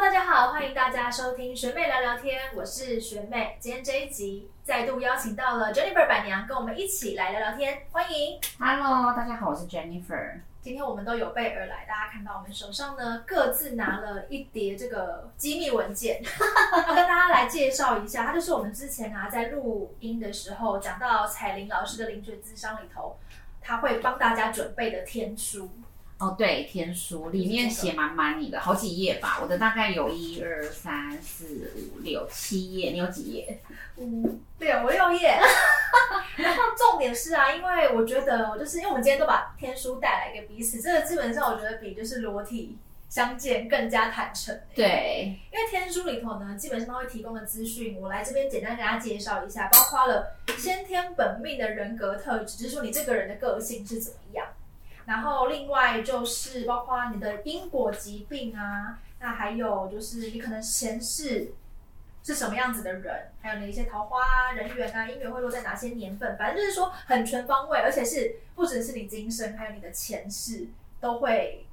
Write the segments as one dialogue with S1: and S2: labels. S1: 欢迎大家收听学妹聊聊天，我是学妹。今天这一集再度邀请到了 Jennifer 板娘，跟我们一起来聊聊天，欢迎。
S2: Hello，大家好，我是 Jennifer。
S1: 今天我们都有备而来，大家看到我们手上呢各自拿了一叠这个机密文件， 要跟大家来介绍一下，它就是我们之前啊在录音的时候讲到彩玲老师的灵学智商里头，他会帮大家准备的天书。
S2: 哦，对，天书里面写满满你的，好几页吧？我的大概有一二三四五六七页，你有几页？
S1: 五六六页。 然后重点是啊，因为我觉得我就是因为我们今天都把天书带来给彼此，这个基本上我觉得比就是裸体相见更加坦诚。
S2: 对，
S1: 因为天书里头呢，基本上它会提供的资讯，我来这边简单给大家介绍一下，包括了先天本命的人格特质，就是说你这个人的个性是怎么样。然后另外就是包括你的因果疾病啊，那还有就是你可能前世是什么样子的人，还有你的一些桃花啊、人缘啊、姻缘会落在哪些年份，反正就是说很全方位，而且是不只是你今生，还有你的前世都会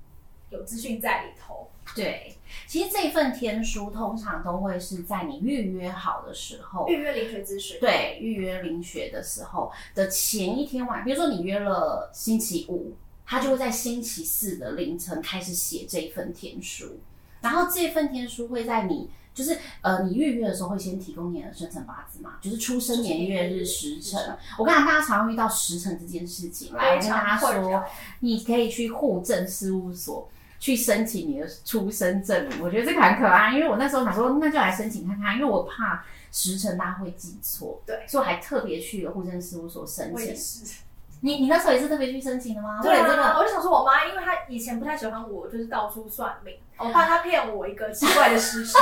S1: 有资讯在里头。
S2: 对，其实这份天书通常都会是在你预约好的时候，
S1: 预约灵学咨询，
S2: 对，预约领学的时候的前一天晚，比如说你约了星期五，他就会在星期四的凌晨开始写这一份天书，然后这份天书会在你。就是呃，你预约的时候会先提供你的生辰八字嘛，就是出生年月日时辰。我跟你讲，大家常遇到时辰这件事情，来我
S1: 非
S2: 跟
S1: 常
S2: 大家
S1: 困
S2: 说
S1: 扰，
S2: 你可以去户政事务所去申请你的出生证明。我觉得这个很可爱，因为我那时候想说，那就来申请看看，因为我怕时辰大家会记错，
S1: 对
S2: 所以我还特别去了户政事务所申
S1: 我也
S2: 请。
S1: 是。
S2: 你你那时候也是特别去申请的吗？
S1: 对
S2: 为了
S1: 啊，
S2: 这个
S1: 我就想说，我妈因为她以前不太喜欢我，就是到处算命，我怕她骗我一个奇怪的时辰。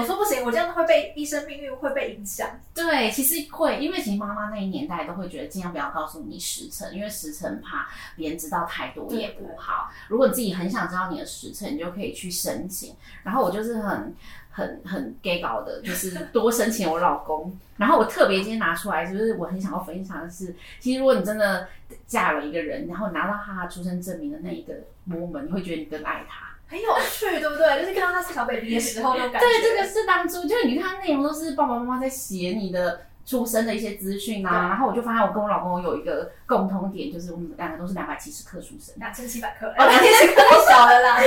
S1: 我说不行，我这样会被医生命运会被影响。
S2: 对，其实会，因为其实妈妈那一年代都会觉得尽量不要告诉你时辰，因为时辰怕别人知道太多
S1: 对
S2: 也不
S1: 对
S2: 好。如果你自己很想知道你的时辰，你就可以去申请。然后我就是很很很 gay 搞的，就是多申请我老公。然后我特别今天拿出来，就是我很想要分享的是，其实如果你真的嫁了一个人，然后拿到他的出生证明的那一个 moment，你会觉得你更爱他。
S1: 很有趣，对不对？就是看到她是小 baby 的时候那种感觉。
S2: 对，这个是当初，就是你看内容都是爸爸妈妈在写你的出生的一些资讯啊，
S1: 对
S2: 然后我就发现我跟我老公有一个共同点，就是我们两个都是两百七十克出生，
S1: 两千七百克，哦两千七百克太小了 啦，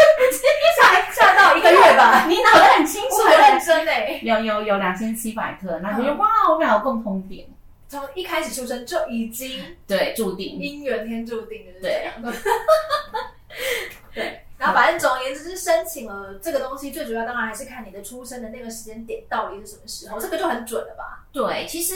S1: 吓吓到一个月吧。
S2: 你脑袋很清
S1: 我
S2: 楚
S1: 很嗯认
S2: 欸，
S1: 真哎，
S2: 有有有两千七百克，然后我就哇，我们俩有共同点，
S1: 从一开始出生就已经
S2: 对，注定。
S1: 姻缘天注定就是这样。 对，然后反正总而言之，就是申请了这个东西，最主要当然还是看你的出生的那个时间点到底是什么时候，这个就很准了吧？
S2: 对，其实。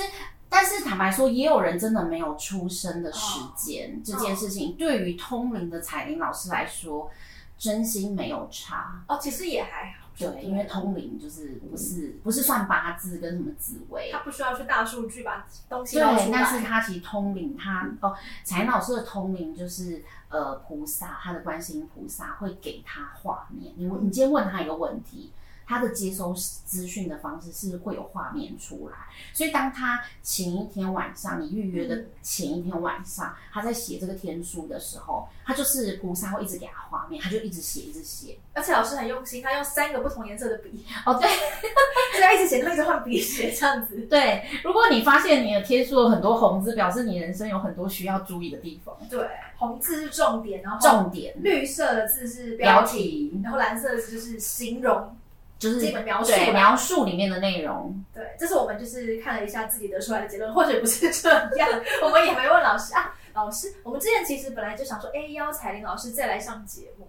S2: 但是坦白说，也有人真的没有出生的时
S1: 哦
S2: 间、这件事情，对于通灵的彩铃老师来说，真心没有差。
S1: 哦，其实也还好，
S2: 对，因为通灵就是不是不是算八字跟什么紫微啊
S1: 它，不需要去大数据把东西捞
S2: 对，
S1: 出
S2: 但
S1: 来。
S2: 是他其实通灵，他哦，彩云老师的通灵就是呃菩萨，他的观世音菩萨会给他画面。你问你今天问他一个问题，他的接收资讯的方式是会有画面出来，所以当他前一天晚上你预约的前一天晚上，他在写这个天书的时候，他就是菩萨会一直给他画面，他就一直写一直写。
S1: 而且老师很用心，他用三个不同颜色的笔，
S2: 哦， 对。
S1: 所以他一直写，他一直换笔写这样子。
S2: 对，如果你发现你的贴书有很多红字，表示你人生有很多需要注意的地方。
S1: 对，红字是重点，然后
S2: 重点
S1: 绿色的字是标
S2: 标
S1: 题，
S2: 题
S1: 然后蓝色的字就是形容
S2: 就是
S1: 基本描述
S2: 对
S1: 啦
S2: 描述里面的内容。
S1: 对，这是我们就是看了一下自己得出来的结论，或许不是这样，我们也没问老师啊。老师，我们之前其实本来就想说，哎，邀彩玲老师再来上节目，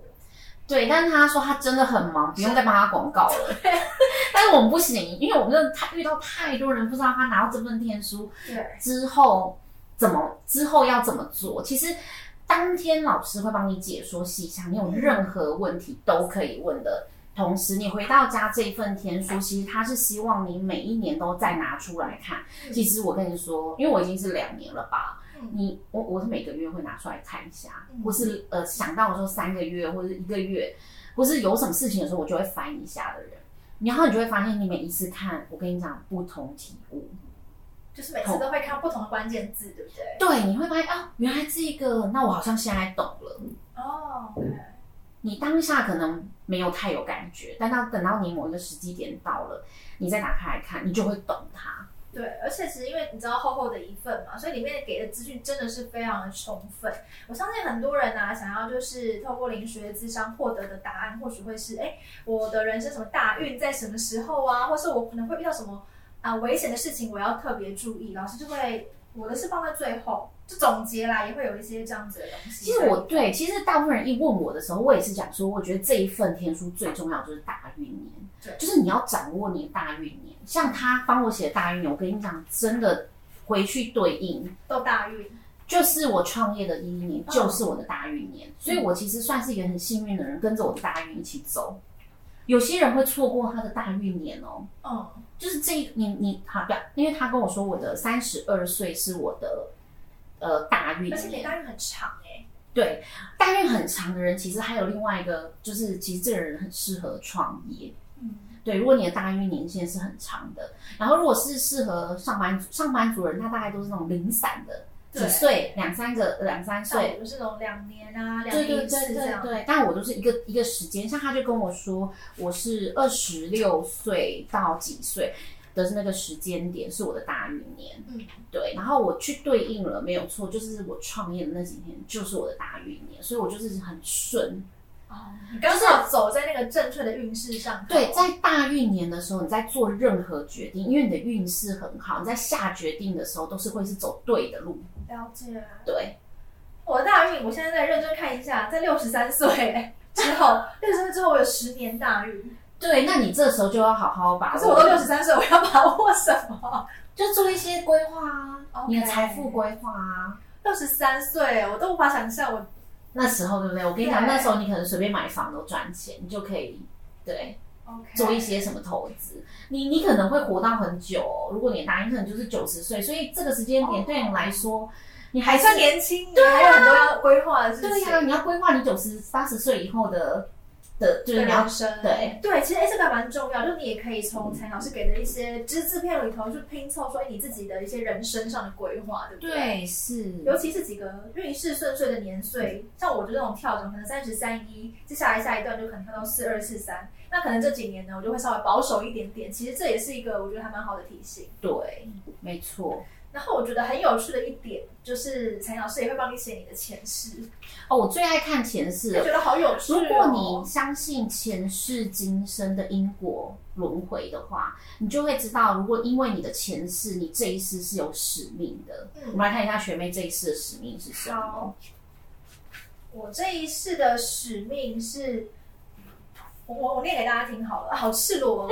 S2: 对，但是他说他真的很忙，不用再帮他广告了。 但是我们不行，因为我们真的太遇到太多人不知道他拿到这份天书
S1: 对，
S2: 之后怎么之后要怎么做。其实当天老师会帮你解说细项，你有任何问题都可以问的。同时，你回到家这份天书，其实他是希望你每一年都再拿出来看。
S1: 嗯
S2: 其实我跟你说，因为我已经是两年了吧，
S1: 嗯
S2: 你我我是每个月会拿出来看一下，
S1: 嗯
S2: 或是呃想到说三个月或者一个月，或是有什么事情的时候，我就会翻一下的人。然后你就会发现，你每一次看，我跟你讲不同体悟，
S1: 就是每次都会看不同的关键字，对不对？
S2: 哦对，你会发现啊，原来这个，那我好像现在懂了。
S1: 哦，
S2: 你当下可能没有太有感觉，但到等到你某一个时机点到了，你再打开来看，你就会懂它。
S1: 对，而且其实因为你知道厚厚的一份嘛，所以里面给的资讯真的是非常的充分。我相信很多人啊，想要就是透过灵学智商获得的答案，或许会是哎，诶我的人生什么大运在什么时候啊，或是我可能会遇到什么啊、危险的事情，我要特别注意。老师就会我的是放在最后，就总结啦，也会有一些这样子的东西。
S2: 其实我对，其实大部分人一问我的时候，我也是讲说，我觉得这一份天书最重要就是大运年，
S1: 对
S2: 就是你要掌握你的大运年。像他帮我写的大运年，我跟你讲，真的回去对应，
S1: 都大运，
S2: 就是我创业的一一年，
S1: 嗯
S2: 就是我的大运年，所以我其实算是一个很幸运的人，跟着我的大运一起走。有些人会错过他的大运年哦，
S1: 嗯，
S2: 就是这一你你好对，因为他跟我说我的三十二岁是我的呃大运
S1: 而且你的
S2: 年，
S1: 大运很长哎、
S2: 对，大运很长的人，其实还有另外一个，就是其实这个人很适合创业。
S1: 嗯，
S2: 对，如果你的大运年限是很长的，然后如果是适合上班族上班族人，他大概都是那种零散的，几
S1: 对
S2: 岁两三个两三
S1: 像
S2: 岁
S1: 我，们是那种两年啊，两
S2: 对
S1: 年
S2: 对
S1: 一次
S2: 对
S1: 这
S2: 对
S1: 样，
S2: 对，但我都是一个一个时间，像他就跟我说，我是二十六岁到几岁的那个时间点是我的大运年，
S1: 嗯，
S2: 对，然后我去对应了，没有错，就是我创业的那几天就是我的大运年，所以我就是很顺。
S1: 哦，你刚好走在那个正确的运势上，
S2: 对，在大运年的时候，你在做任何决定，因为你的运势很好，你在下决定的时候都是会是走对的路，
S1: 了解。啊
S2: 对。
S1: 我的大运，我现在在认真看一下，在六十三岁 之后，六十三岁之后我有十年大运，
S2: 对，那你这时候就要好好把
S1: 可
S2: 握。
S1: 是我都六十三岁，我要把握什么？
S2: 就做一些规划啊
S1: OK
S2: 你的财富规划啊，
S1: 六十三岁，我都无法想象我
S2: 那时候对不对？我跟你讲，
S1: 对
S2: 那时候你可能随便买房都赚钱，你就可以对
S1: OK
S2: 做一些什么投资。你你可能会活到很久、哦，如果你答应，可能就是九十岁，所以这个时间点
S1: 哦
S2: 对你来说，你
S1: 还
S2: 还
S1: 算
S2: 算
S1: 年轻，你还有很多要规划的事情。
S2: 对呀、你要规划你九十八十岁以后的的，就是你要
S1: 人生
S2: 对
S1: 对，其实哎、这个还蛮重要，就是你也可以从陈老师给的一些只字片里头去拼凑，说哎你自己的一些人生上的规划，对不对？
S2: 对是
S1: 尤其是几个运势顺遂的年岁，像我就这种跳转，可能三十三一，接下来下一段就可能跳到四二四三，那可能这几年呢，我就会稍微保守一点点。其实这也是一个我觉得还蛮好的提醒。
S2: 对，没错。
S1: 然后我觉得很有趣的一点就是，陈老师也会帮你写你的前世，
S2: 哦，我最爱看前世
S1: 我
S2: 了
S1: 觉。得好有趣、哦。
S2: 如果你相信前世今生的因果轮回的话，你就会知道，如果因为你的前世，你这一世是有使命的。
S1: 嗯
S2: 我们来看一下学妹这一世的使命是什么
S1: 好。我这一世的使命是，我我我念给大家听好了，好赤裸哦。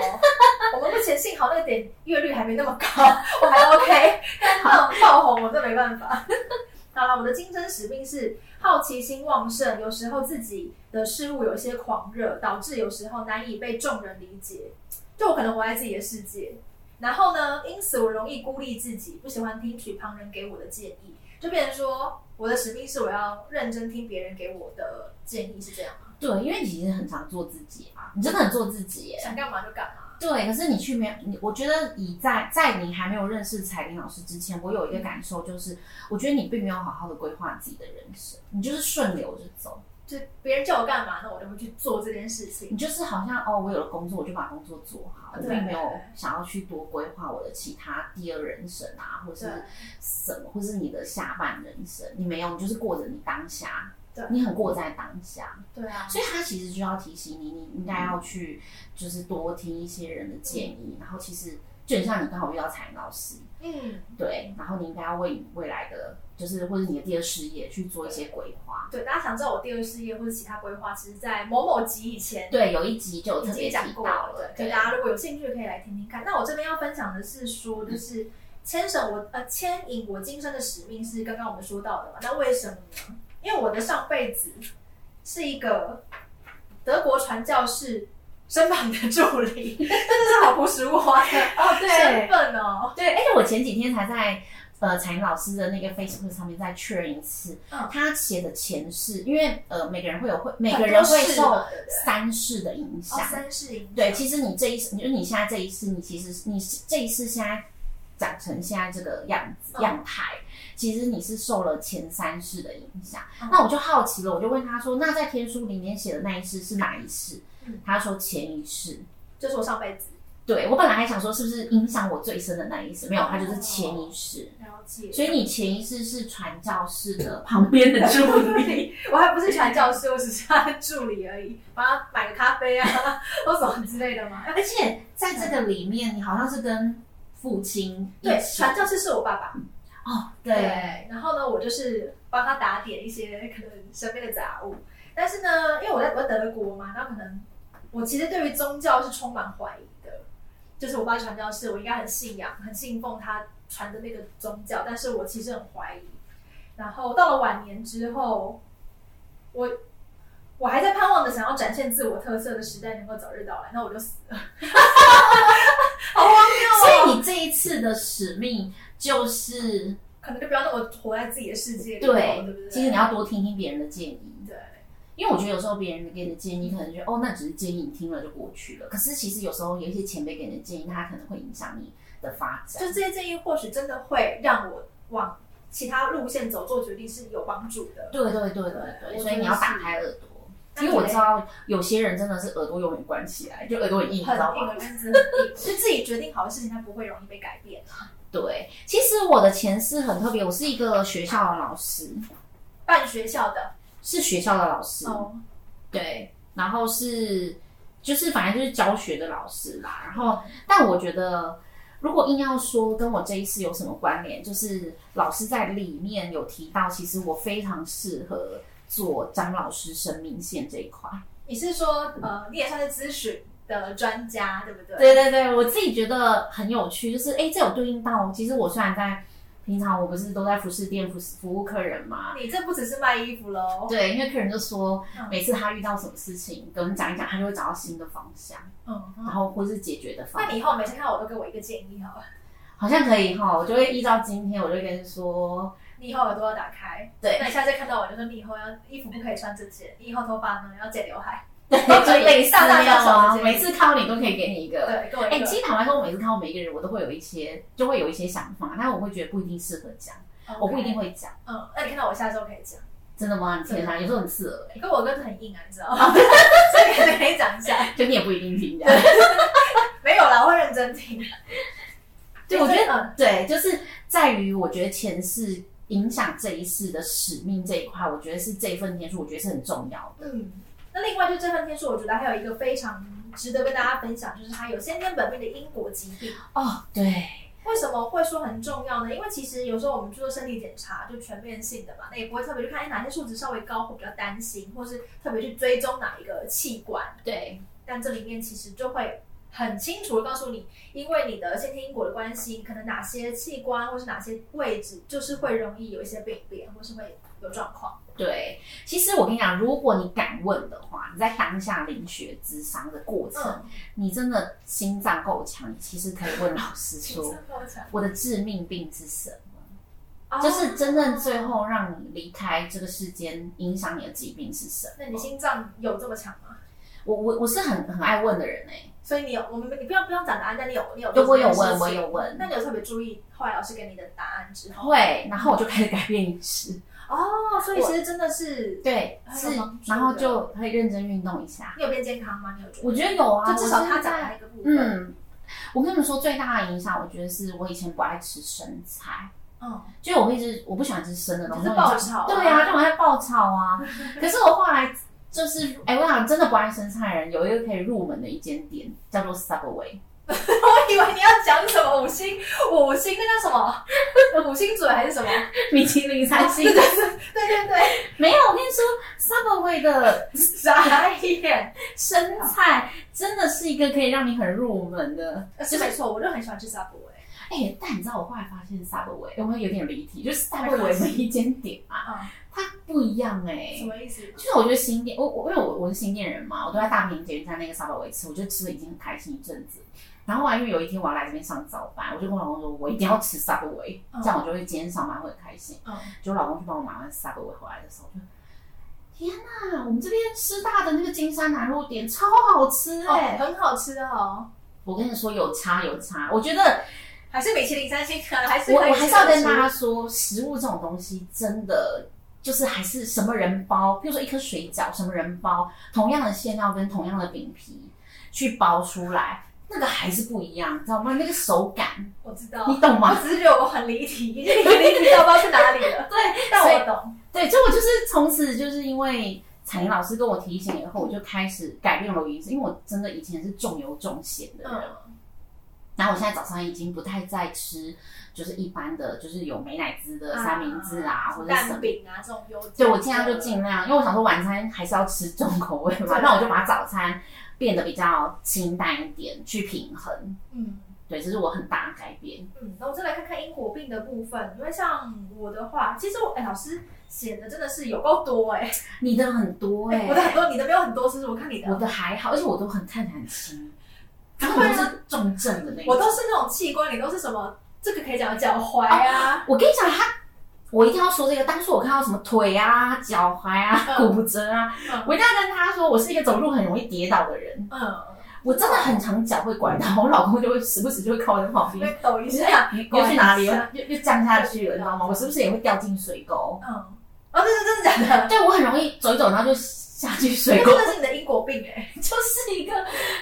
S1: 我们目前幸好那个点阅率还没那么高， 我还 OK，但那种爆红我真没办法。 好了，我的今生使命是好奇心旺盛，有时候自己的事物有些狂热，导致有时候难以被众人理解。就我可能活在自己的世界，然后呢，因此我容易孤立自己，不喜欢听取旁人给我的建议，就变成说我的使命是我要认真听别人给我的建议，是这样吗？
S2: 对，因为你其实很常做自己啊，你真的很做自己耶。
S1: 想干嘛就干嘛。
S2: 对，可是你去没有，你我觉得你在在你还没有认识彩玲老师之前，我有一个感受就是，我觉得你并没有好好的规划自己的人生，你就是顺流着走，
S1: 就别人叫我干嘛，那我就会去做这件事情。
S2: 你就是好像哦，我有了工作，我就把工作做好，我
S1: 对
S2: 并没有想要去多规划我的其他第二人生啊，或
S1: 对
S2: 是什么，或是你的下半人生，你没有，你就是过着你当下
S1: 对，
S2: 你很过在当下，
S1: 对啊，
S2: 所以他其实就要提醒你，你应该要去就是多听一些人的建议，然后其实就很像你刚好遇到彩云老师，
S1: 嗯，
S2: 对，然后你应该要为你未来的就是或者你的第二事业去做一些规划。
S1: 对，大家想知道我第二事业或者其他规划，其实在某某集以前
S2: 对，有一集就有
S1: 已
S2: 特别
S1: 经讲
S2: 提
S1: 过
S2: 到
S1: 了
S2: 了，，
S1: 对，大家如果有兴趣可以来听听看。那我这边要分享的是说，就是牵手我呃牵引我今生的使命是刚刚我们说到的嘛，那为什么呢？因为我的上辈子是一个德国传教士身旁的助 理，真的是好朴实无华的
S2: 哦
S1: 身份哦。
S2: 对，而且我前几天才在呃彩云老师的那个 Facebook 上面再确认一次，
S1: 嗯
S2: 他写的前世，因为呃每个人会有会每个人会
S1: 很多事
S2: 受
S1: 嘛对不对
S2: 三世的影响
S1: 哦，，三世影
S2: 对，其实你这一世，就是你现在这一世，你其实你这一世现在长成现在这个样子、
S1: 嗯
S2: 样态，其实你是受了前三世的影响。
S1: 嗯
S2: 那我就好奇了，我就问他说：“那在天书里面写的那一世是哪一世？”
S1: 嗯
S2: 他说：“前一世。”
S1: 就是我上辈子
S2: 对我本来还想说是不是影响我最深的那一世，没有，他就是潜意识。
S1: 了解，
S2: 所以你潜意识是传教士的旁边的助理，
S1: 我还不是传教士，我只是他的助理而已，帮他买个咖啡啊， 或什么之类的嘛。
S2: 而且在这个里面，你好像是跟父亲一
S1: 对，
S2: 起
S1: 传教士是我爸爸。
S2: 哦，对，
S1: 然后呢，我就是帮他打点一些可能身边的杂物，但是呢，因为我在我在德国嘛，那可能我其实对于宗教是充满怀疑的，就是我爸传教士，我应该很信仰、很信奉他传的那个宗教，但是我其实很怀疑。然后到了晚年之后，我我还在盼望着想要展现自我特色的时代能够早日到来，那我就死了，好荒谬哦！
S2: 所以你这一次的使命就是
S1: 可能就不要那么活在自己的世界里头，对不对？
S2: 对，其实你要多听听别人的建议。
S1: 对，
S2: 因为我觉得有时候别人给你的建议，可能觉得哦，那只是建议，你听了就过去了。可是其实有时候有一些前辈给你的建议，他可能会影响你的发展。
S1: 就这些建议或许真的会让我往其他路线走，做决定是有帮助的。
S2: 对对对对对，
S1: 我
S2: 所以
S1: 觉得
S2: 你要打
S1: 是
S2: 开耳朵，
S1: 那
S2: 因为
S1: 你
S2: 我
S1: 嘞
S2: 知道有些人真的是耳朵永远关起来，就耳朵很硬，你知
S1: 很
S2: 道
S1: 硬
S2: 吗？
S1: 的 日子，很硬，就自己决定好的事情，它不会容易被改变。
S2: 对，其实我的前世很特别，我是一个学校的老师，
S1: 办学校的
S2: 是学校的老师，
S1: 哦，
S2: 对，然后是就是反正就是教学的老师啦。然后，但我觉得如果硬要说跟我这一次有什么关联，就是老师在里面有提到，其实我非常适合做张老师生命线这一块。
S1: 你是说呃，你也算是咨询的专家，对不对？
S2: 对对对，我自己觉得很有趣，就是哎，诶这有对应到，其实我虽然在平常我不是都在服饰店服服务客人嘛，
S1: 你这不只是卖衣服喽，
S2: 对，因为客人就说
S1: 嗯
S2: 每次他遇到什么事情，跟我们讲一讲，他就会找到新的方向，
S1: 嗯
S2: 然
S1: 哼。
S2: 后或是解决的方
S1: 那
S2: 法。
S1: 你以后每次看到我都给我一个建议好了，
S2: 好像可以哈，我就会依照今天，我就跟 你说，
S1: 你以后耳朵要打开。
S2: 对
S1: 那你下次看到我就说你以后要衣服不可以穿这件，你以后头发呢要剪刘海。
S2: 对，就类似
S1: 大大小小的
S2: 啊，
S1: 建议
S2: 每次看到你都可以给你一个。
S1: 对，给我
S2: 哎、
S1: 一个。
S2: 其实坦白说，我每次看到每一个人，我都会有一些，就会有一些想法，但我会觉得不一定适合讲，我不一定
S1: 会。
S2: 会讲。
S1: 嗯，那你看到我下周可以讲。
S2: 真的吗？你天哪，有时候很刺耳、
S1: 可我哥很硬啊，你知道吗？ 所以可能可以讲一下。
S2: 就你也不一 定听的。
S1: 没有啦，我会认真听。呃
S2: 对，我觉得
S1: 得
S2: 对，就是在于我觉得前世影响这一世的使命这一块，我觉得是这一份天数，我觉得是很重要的。
S1: 嗯。那另外就这份天数，我觉得还有一个非常值得跟大家分享，就是它有先天本命的因果疾病。
S2: 哦，对，
S1: 为什么会说很重要呢？因为其实有时候我们去做身体检查，就全面性的嘛，那也不会特别去看哎哪些数值稍微高或比较担心，或是特别去追踪哪一个器官。
S2: 对，
S1: 但这里面其实就会很清楚的告诉你，因为你的先天因果的关系，可能哪些器官或是哪些位置，就是会容易有一些病变，或是会有状况。
S2: 对。其实我跟你讲，如果你敢问的话，你在当下领学智商的过程，
S1: 嗯，
S2: 你真的心脏够强，你其实可以问老师 说，我的致命病是什么？就是真正最
S1: 哦。
S2: 后让你离开这个世间，影响你的疾病是什么？
S1: 那你心脏有这么强吗？
S2: 我我我是很很爱问的人哎、
S1: 所以你有，我们你不要不用讲答案，但你有你有，
S2: 就我有问，我。有问，
S1: 那你有特别注意后来老师给你的答案之后？
S2: 会，然后我就开始改变饮食，
S1: 哦，所以其实真的是，
S2: 对，
S1: 很有
S2: 是
S1: 帮，助
S2: 然后
S1: 的
S2: 就会认真运动一下。
S1: 你有变健康吗？你有觉得？
S2: 我觉得有啊，
S1: 就至少
S2: 我现
S1: 他讲的
S2: 在
S1: 那个部分，
S2: 嗯，我跟你们说最大的影响，我觉得是我以前不爱吃生菜，
S1: 嗯，
S2: 就我会一直我不喜欢吃生的东西，
S1: 就是
S2: 那种
S1: 爆炒啊
S2: 对啊，就我在爆炒啊。可是我后来就是，哎、我想真的不爱生菜的人有一个可以入门的一间店，叫做 Subway，
S1: 我 以为你要讲什么五星五星，那叫什么五星嘴还是什 么？
S2: 米其林三星。
S1: 对对对，
S2: 没有，我跟你说，Subway 的
S1: 傻眼。
S2: 生菜真的是一个可以让你很入门的。
S1: 是没错，我就很喜欢吃 Subway。
S2: 哎、但你知道我后来发现 Subway，我们有点离题，就是 Subway 每一间店啊，
S1: 啊，
S2: 它不一样哎、
S1: 什么意思？
S2: 就是我觉得新店，我我因为我我是新店人嘛，我都在大平捷运站那个 Subway 吃，我就吃的已经很开心一阵子。然后啊，因为有一天我要来这边上早班，我就跟我老公说，我一定要吃 Subway，、
S1: 嗯
S2: 这样我就会今天上班会很开心。
S1: 嗯，
S2: 就老公去帮我买完 Subway 回来的时候，我就天哪，我们这边师大的那个金山南路点超好吃哎、
S1: 哦，很好吃哦，
S2: 我跟你说有差有差，我觉得
S1: 还是米其林三星可能还是
S2: 我
S1: 可以
S2: 我还是要
S1: 吃得
S2: 跟大
S1: 出
S2: 家说，食物这种东西真的就是还是什么人包，比如说一颗水饺，什么人包，同样的馅料跟同样的饼皮去包出来，那个还是不一样，你知道吗？那个手感，
S1: 我知道，
S2: 你懂
S1: 我
S2: 吗？
S1: 只是觉得我很离题， 已经离题到不知道去哪里了。
S2: 对，
S1: 但
S2: 所以
S1: 我懂，
S2: 对，就我就是从此就是因为彩玲老师跟我提醒以后，我就开始改变了我饮食，因为我真的以前是重油重咸的人。
S1: 嗯，
S2: 然后我现在早上已经不太再吃，就是一般的，就是有美乃滋的三明治啊，或者什
S1: 蛋
S2: 么。
S1: 饼啊这种优质的。
S2: 对，我尽量就尽量，因为我想说晚餐还是要吃重口味嘛，
S1: 对
S2: 那我就把早餐变得比较清淡一点，去平衡。
S1: 嗯。
S2: 对，这是我很大的改变。
S1: 嗯，那我再来看看因果病的部分，因为像我的话，其实我哎、老师写的真的是有够多哎、
S2: 你的很多哎、
S1: 我的很多，欸你的没有很多，是不是？我看你的，
S2: 我的还好，而且我都很看起来很轻，然后我都是重症的那一种
S1: 啊我。都是那种器官，你都是什么？这个可以讲脚踝啊，
S2: 我跟你讲，他我一定要说这个。当初我看到什么腿啊、脚踝啊、
S1: 嗯
S2: 骨折啊，
S1: 嗯
S2: 我一定要跟他说，我是一个走路很容易跌倒的人。
S1: 嗯，
S2: 我真的很常脚会拐到，我老公就会时不时就会靠在旁边。
S1: 会抖一下，
S2: 你又去哪里
S1: 拐一下
S2: 了？又又降下去了，你知道吗？我是不是也会掉进水沟？
S1: 嗯，哦，这是真的假的？
S2: 对，我很容易走一走，然后就下去水
S1: 那
S2: 沟
S1: 真，的是你的因果病哎、
S2: 就是一个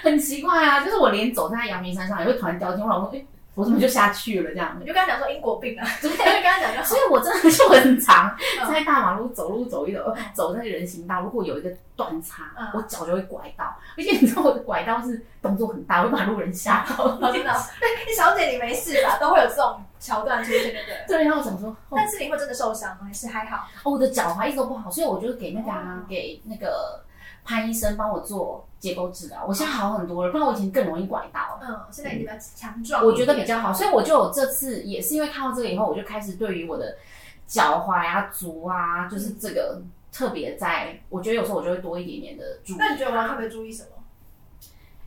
S2: 很奇怪啊！就是我连走在阳明山上也会突然掉进，我老公，哎、我怎么就下去了这样
S1: 你？就跟他讲说因果病啊，
S2: 对
S1: 你就跟他讲就好。
S2: 所以我真的就很常
S1: 嗯
S2: 在大马路走路走一走，走那个人行道，如果有一个断叉
S1: 嗯，
S2: 我脚就会拐到，而且你知道我的拐到是动作很大，我会把路人吓到。
S1: 我知道，哎，小姐你没事吧？都会有这种桥段出现，对不对？
S2: 对，然后我想说，哦
S1: 但是你会真的受伤吗？还是还好？
S2: 哦，我的脚踝一直都不好，所以我就给那个、啊
S1: 哦、
S2: 给那个潘医生帮我做结构治疗，我现在好很多了，不然我以前更容易拐到。
S1: 嗯，现在你比较强壮一点，
S2: 我觉得比较好，所以我就有这次也是因为看到这个以后，我就开始对于我的脚踝啊、足啊，就是这个特别在，我觉得有时候我就会多一点点的注意。
S1: 嗯那你觉得我要特别注意什么？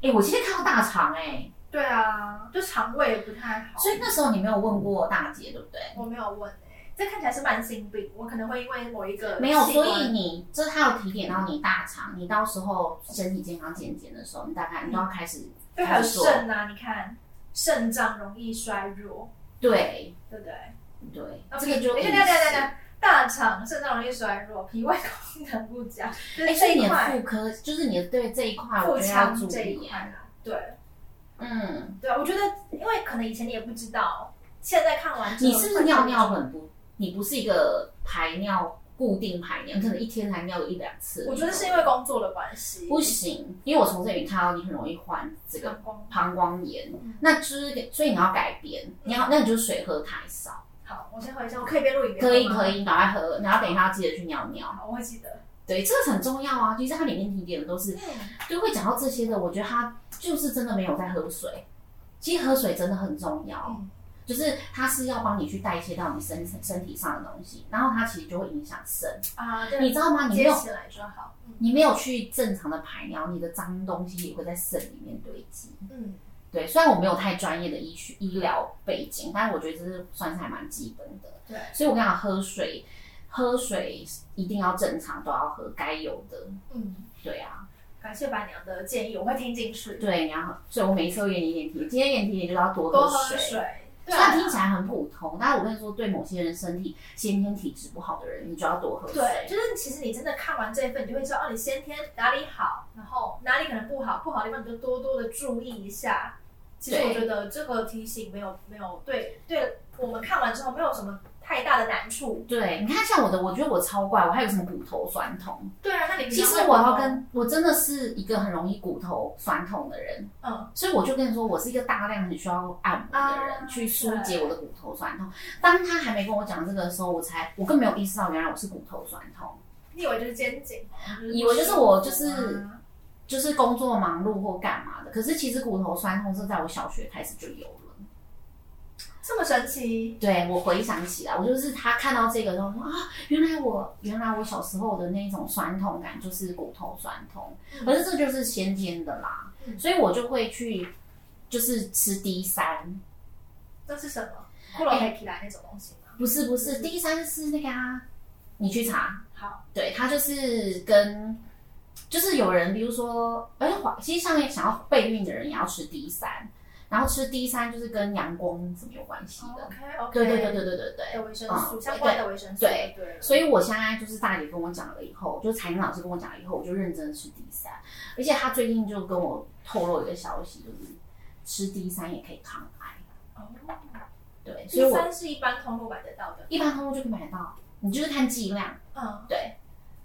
S2: 哎、我今天看到大肠哎、
S1: 对啊，就肠胃不太好，
S2: 所以那时候你没有问过大姐对不对？
S1: 我没有问哎、这看起来是慢性病，我可能会因为某一个
S2: 没有，
S1: 器
S2: 所
S1: 官
S2: 以你这他有提点到你大肠，你到时候身体健康检检的时候，你大概你都要开始
S1: 对还
S2: 开
S1: 有
S2: 始做，
S1: 肾啊，你看肾脏容易衰弱，
S2: 对
S1: 对不对？
S2: 对，
S1: 那哎
S2: 这个就
S1: 等一下
S2: 饮
S1: 等一下等一
S2: 食
S1: 下，大肠肾脏容易衰弱，脾胃功能不佳，就
S2: 哎，
S1: 是
S2: 所
S1: 这
S2: 以
S1: 一
S2: 你的啊
S1: 块
S2: 妇科就是你的对这一块，
S1: 腹
S2: 我觉得要
S1: 腔
S2: 注
S1: 这一
S2: 意
S1: 块。啊，对
S2: 嗯，
S1: 对啊，我觉得因为可能以前你也不知道，现在看完之后
S2: 你是不是尿尿？很不？你不是一个排尿固定排尿，你可能一天才尿个一两次。
S1: 嗯我觉得是因为工作的关系，
S2: 不行，因为我从这里看到你很容易患这个
S1: 膀胱
S2: 膀胱炎
S1: 嗯，
S2: 那就是所以你要改变，你要那你就水喝太少，
S1: 好，我先回一下，我可以边录影边
S2: 可以
S1: 喝吗
S2: 可，以，赶快喝，然后等一下要记得去尿尿。
S1: 好，我会记得。
S2: 对，这个很重要啊，其实它里面提点的都是就会讲到这些的，我觉得他就是真的没有在喝水。其实喝水真的很重要，
S1: 嗯
S2: 就是它是要帮你去代谢到你身身体上的东西，然后它其实就会影响肾，
S1: 啊，对，
S2: 你知道吗？你没
S1: 接
S2: 有
S1: 起来就好。嗯
S2: 你没有去正常的排尿，你的脏东西也会在肾里面堆积。
S1: 嗯，
S2: 对，虽然我没有太专业的医学医疗背景，但是我觉得这是算是还蛮基本的。
S1: 对，嗯
S2: 所以我跟你讲，喝水喝水一定要正常，都要喝该有的。
S1: 嗯，
S2: 对啊，
S1: 感谢板娘的建议，我会听进去。
S2: 对，然后所以我每一次都演你眼题，今天眼题你就是要多
S1: 多
S2: 喝
S1: 喝
S2: 水。
S1: 水，啊
S2: 虽然听起来很普通，但是我跟你说，对某些人身体先天体质不好的人，你就要多喝水。
S1: 对，就是其实你真的看完这一份，你就会知道哦，你先天哪里好，然后哪里可能不好，不好的地方你就多多的注意一下。其实
S2: 对
S1: 我觉得这个提醒没有没有对对我们看完之后没有什么太大的难处。
S2: 对你看像我的，我觉得我超怪，我还有什么骨头酸痛。
S1: 对啊，那你
S2: 其实我要跟我真的是一个很容易骨头酸痛的人，
S1: 嗯
S2: 所以我就跟你说，我是一个大量很需要按摩的人，
S1: 啊
S2: 去疏解我的骨头酸痛。当他还没跟我讲这个的时候，我才我更没有意识到原来我是骨头酸痛。
S1: 你以为就是啊肩颈，
S2: 以为就是我就是就是工作忙碌或干嘛的，可是其实骨头酸痛是在我小学开始就有了。
S1: 这么神奇，
S2: 对我回想起来，我就是他看到这个时候说啊，原来我原来我小时候的那种酸痛感就是骨头酸痛，
S1: 嗯
S2: 可是这就是先天的啦，
S1: 嗯
S2: 所以我就会去就是吃 D 三，
S1: 这是什么？骷髅黑皮来那种东西吗？
S2: 不是不是 D 三是那个啊，你去查，
S1: 好，
S2: 对，它就是跟哎就是有人，比如说，而且怀其实像想要备孕的人也要吃 D 三，然后吃 D 三就是跟阳光什么有关系的。
S1: OK 哦 OK，
S2: 对对对对对对对。
S1: 的哎维生素
S2: 嗯
S1: 相关的维生素，哦
S2: 对
S1: 对，
S2: 所以我现在就是大姐跟我讲了以后，就是彩玲老师跟我讲了以后，我就认真吃 D 三，而且她最近就跟我透露一个消息，就是吃 D 三也可以抗癌。
S1: 哦，
S2: 对，所以
S1: 第
S2: 我
S1: 三是一般通路买得到的，
S2: 一般通路就可以买到，你就是看剂量。
S1: 嗯，
S2: 对，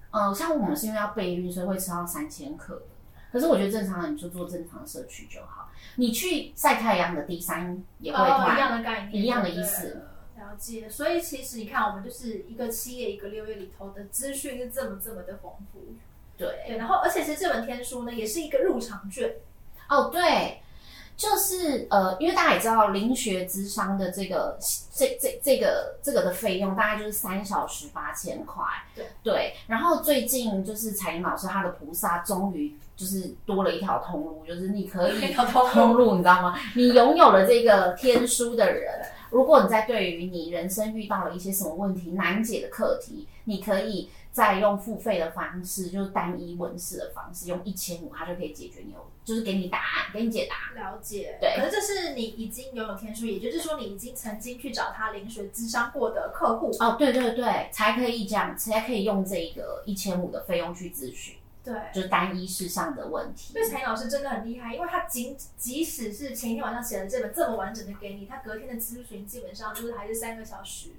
S2: 呃，像我们是因为要备孕，所以会吃到三千克的。可是我觉得正常人就做正常摄取就好。你去晒太阳的 D 三也会
S1: 哦，一
S2: 换，
S1: 样的概念，
S2: 一样的
S1: 对
S2: 意思。
S1: 了解，所以其实你看，我们就是一个七月一个六月里头的资讯是这么这么的丰富，
S2: 对，
S1: 对，然后而且其实这本天书呢也是一个入场券，
S2: 哦对，就是呃，因为大家也知道，灵学智商的这个这这这个这个的费用大概就是三小时八千块。
S1: 对
S2: 对，然后最近就是彩玲老师她的菩萨终于就是多了一条通路，就是你可以
S1: 一条通
S2: 通
S1: 路，
S2: 路，你知道吗？你拥有了这个天书的人，如果你在对于你人生遇到了一些什么问题、难解的课题，你可以再用付费的方式，就是单一问世的方式，用一千五，它就可以解决你有，就是给你答案，给你解答。
S1: 了解，
S2: 对
S1: 可是这是你已经拥有天书，也就是说你已经曾经去找他临学咨商过的客户，
S2: 哦，对对对，才可以这样，才可以用这个一千五的费用去咨询，
S1: 对。
S2: 就是单一事项的问题
S1: 所。以彩颖老师真的很厉害，因为他仅即使是前一天晚上写了这本这么完整的给你，他隔天的咨询基本上就是还是三个小时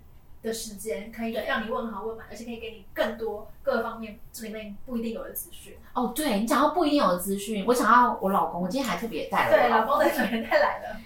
S1: 的时间，可以
S2: 对
S1: 让你问好问满，而且可以给你更多各方面这里面不一定有的资讯。
S2: 哦，对你讲到不一定有资讯，我想要我老公，我今天还特别带了我
S1: 对，老公的人太来了，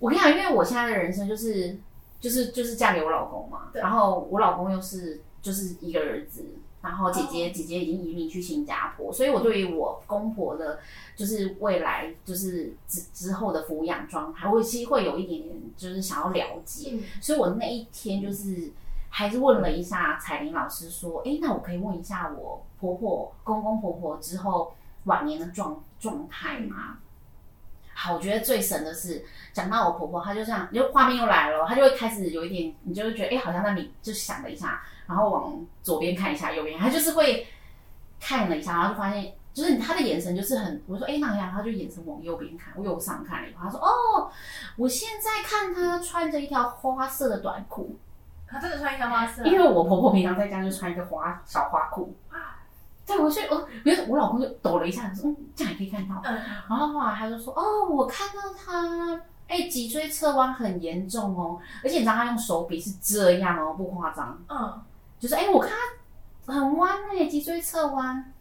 S2: 我跟你讲，因为我现在的人生就是就是就是嫁给我老公嘛，
S1: 对
S2: 然后我老公又是就是一个儿子，然后姐姐、姐姐已经移民去新加坡，所以我对于我公婆的，就是未来就是之之后的抚养状态，我其实会有一点点就是想要了解，
S1: 嗯，
S2: 所以我那一天就是。还是问了一下彩玲老师，说：“哎、那我可以问一下我婆婆、公公婆婆之后晚年的状状态吗？”好，我觉得最神的是，讲到我婆婆，她就这样，就画面又来了，她就会开始有一点，你就会觉得，哎、好像那里就想了一下，然后往左边看一下，右边，她就是会看了一下，然后就发现，就是她的眼神就是很，我说，哎、那样，她就眼神往右边看，我右上看了一会儿，她说，哦，我现在看她穿着一条花色的短裤，
S1: 他真的穿一条花色，
S2: 因为我婆婆平常在家就穿一个花小花裤，对，我所以我没有，我老公就抖了一下，说，嗯，这样也可以看到。
S1: 嗯，
S2: 然后后来他就说：“哦，我看到他，哎、脊椎侧弯很严重哦，而且你知道他用手比是这样哦，不夸张，
S1: 嗯，
S2: 就是哎、我看他很弯哎、脊椎侧弯。”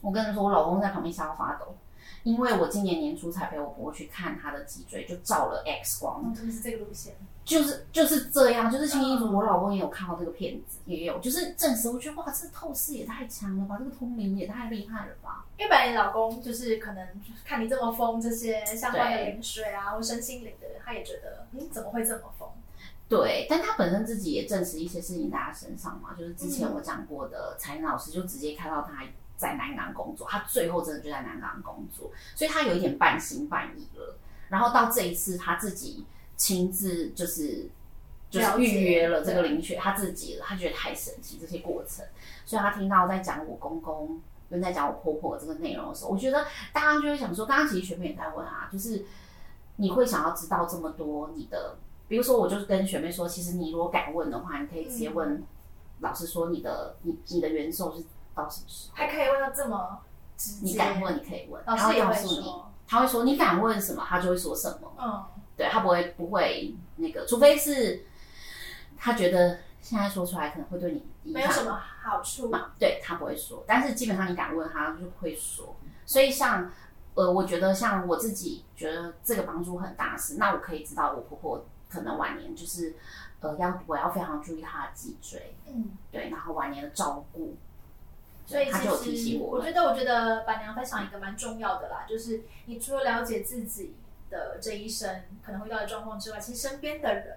S2: 我跟你说，我老公在旁边吓到发抖，因为我今年年初才陪我婆婆去看她的脊椎，就照了 X 光，
S1: 嗯就是这个路线，
S2: 就是就是这样，就是清清楚。楚。我老公也有看过这个片子，也有就是证实，我觉得哇，这透视也太强了吧，这个通灵也太厉害了吧。
S1: 因为本来你老公就是可能看你这么疯，这些相关的灵水啊或身心灵的人，他也觉得，嗯，怎么会这么疯？
S2: 对，但他本身自己也证实一些事情在他身上嘛，就是之
S1: 嗯
S2: 前我讲过的，彩玲老师就直接看到他在南港工作，他最后真的就在南港工作，所以他有一点半信半疑了。然后到这一次，他自己亲自就是就是
S1: 了解
S2: 预约了这个灵学，他自己了，他觉得太神奇这些过程，所以他听到在讲我公公跟在讲我婆婆这个内容的时候，我觉得大家就会想说，刚刚其实学妹也在问啊，就是你会想要知道这么多你的，比如说我就是跟学妹说，其实你如果敢问的话，你可以直接
S1: 嗯
S2: 问老师说你的你你的元寿是到什么时候，
S1: 还可以问到这么直接，
S2: 你敢问你可以问，
S1: 老师
S2: 他会
S1: 哦也
S2: 告
S1: 会
S2: 诉你，
S1: 说，
S2: 他会说你敢问什么，他就会说什么，
S1: 嗯。
S2: 对他不会不会那个，除非是他觉得现在说出来可能会对你影
S1: 没
S2: 响
S1: 有什么好处。
S2: 嘛，对他不会说，但是基本上你敢问他就会说。所以像呃，我觉得像我自己觉得这个帮助很大是，那我可以知道我婆婆可能晚年就是呃要我要非常注意她的脊椎，
S1: 嗯，
S2: 对，然后晚年的照顾，
S1: 所以
S2: 他就有提
S1: 其
S2: 醒
S1: 实
S2: 我了
S1: 觉得，我觉得板娘分享一个蛮重要的啦，就是你除了了解自己的这一生可能会遇到的状况之外，其实身边的人，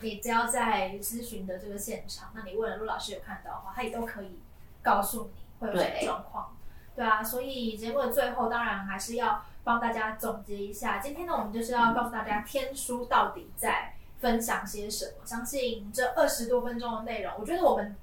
S1: 你只要在咨询的这个现场，那你问了陆老师有看到的话，他也都可以告诉你会有什么
S2: 对
S1: 状况。对啊，所以节目的最后当然还是要帮大家总结一下。今天呢，我们就是要告诉大家天书到底在分享些什么。相信这二十多分钟的内容，我觉得我们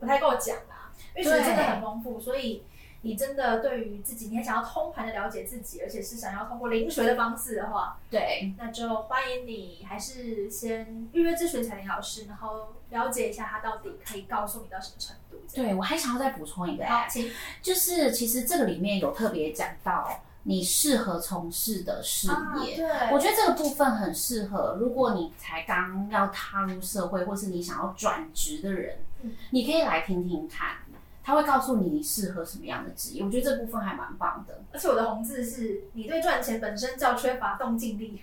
S1: 不太够讲啦，因为其实真的很丰富，所以你真的对于自己，你很想要通盘的了解自己，而且是想要通过灵学的方式的话，
S2: 对，
S1: 那就欢迎你还是先预约咨询彩玲老师，然后了解一下他到底可以告诉你到什么程度。这样，
S2: 对我还想要再补充一个，
S1: 好，请
S2: 就是其实这个里面有特别讲到你适合从事的事
S1: 啊
S2: 业。我
S1: 对，
S2: 觉得这个部分很适合，如果你才刚要踏入社会，或是你想要转职的人，
S1: 嗯
S2: 你可以来听听看，他会告诉你你适合什么样的职业。我觉得这部分还蛮棒的。
S1: 而且我的红字是你对赚钱本身较缺乏动静力，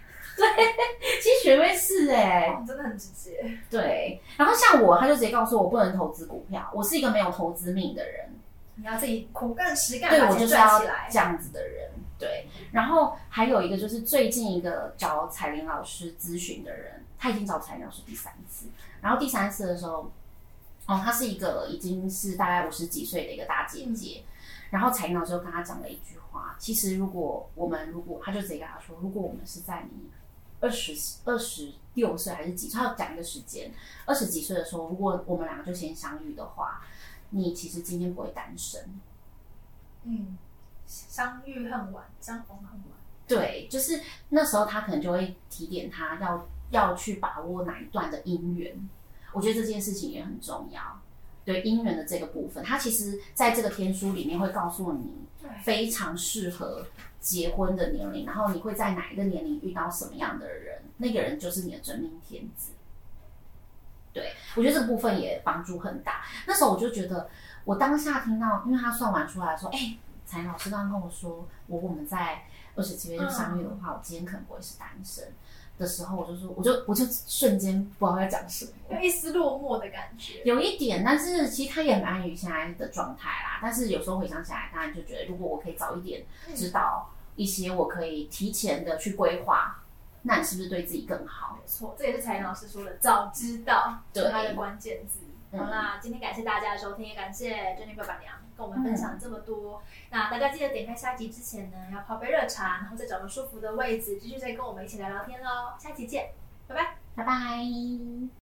S2: 其实学位是哎、
S1: 哦，真的很直接。
S2: 对。然后像我，他就直接告诉我不能投资股票，我是一个没有投资命的人。
S1: 你要自己苦干实干，
S2: 对
S1: 把
S2: 我
S1: 钱
S2: 就是啊
S1: 赚
S2: 要
S1: 起来
S2: 这。样子的人。对，然后还有一个就是最近一个找彩玲老师咨询的人，他已经找彩玲老师第三次，然后第三次的时候，哦，她是一个已经是大概五十几岁的一个大
S1: 嗯
S2: 姐姐，然后彩玲老师就跟她讲了一句话，其实如果我们如果，他就直接跟她说，如果我们是在你二十二十六岁还是几岁，他要讲一个时间，二十几岁的时候，如果我们两个就先相遇的话，你其实今天不会单身。
S1: 嗯，相遇恨晚，相逢恨晚。
S2: 对，就是那时候他可能就会提点他要要去把握哪一段的姻缘，我觉得这件事情也很重要。对姻缘的这个部分，他其实在这个天书里面会告诉你
S1: 对
S2: 非常适合结婚的年龄，然后你会在哪一个年龄遇到什么样的人，那个人就是你的真命天子。对，我觉得这个部分也帮助很大。那时候我就觉得，我当下听到，因为他算完出来说，哎、彩老师刚刚跟我说，我我们在二十七月就相遇的话，我今天可能不会是单身的时候，我就说，我就我就瞬间不知道要讲什么。
S1: 有一丝落寞的感觉。
S2: 有一点，但是其实他也很安于现在的状态啦。但是有时候回想起来，当然就觉得，如果我可以早一点知道一些，我可以提前的去规划，那你是不是对自己更好？
S1: 没错，这也是彩玲老师说的，早知道
S2: 对
S1: 是它的关键字。
S2: 嗯
S1: 好啦，今天感谢大家的收听，也感谢 Jennifer 板娘跟我们分享这么多。那大家记得点开下集之前呢，要泡杯热茶，然后再找个舒服的位置，继续再跟我们一起聊聊天喽。下期见，拜拜。
S2: 拜拜。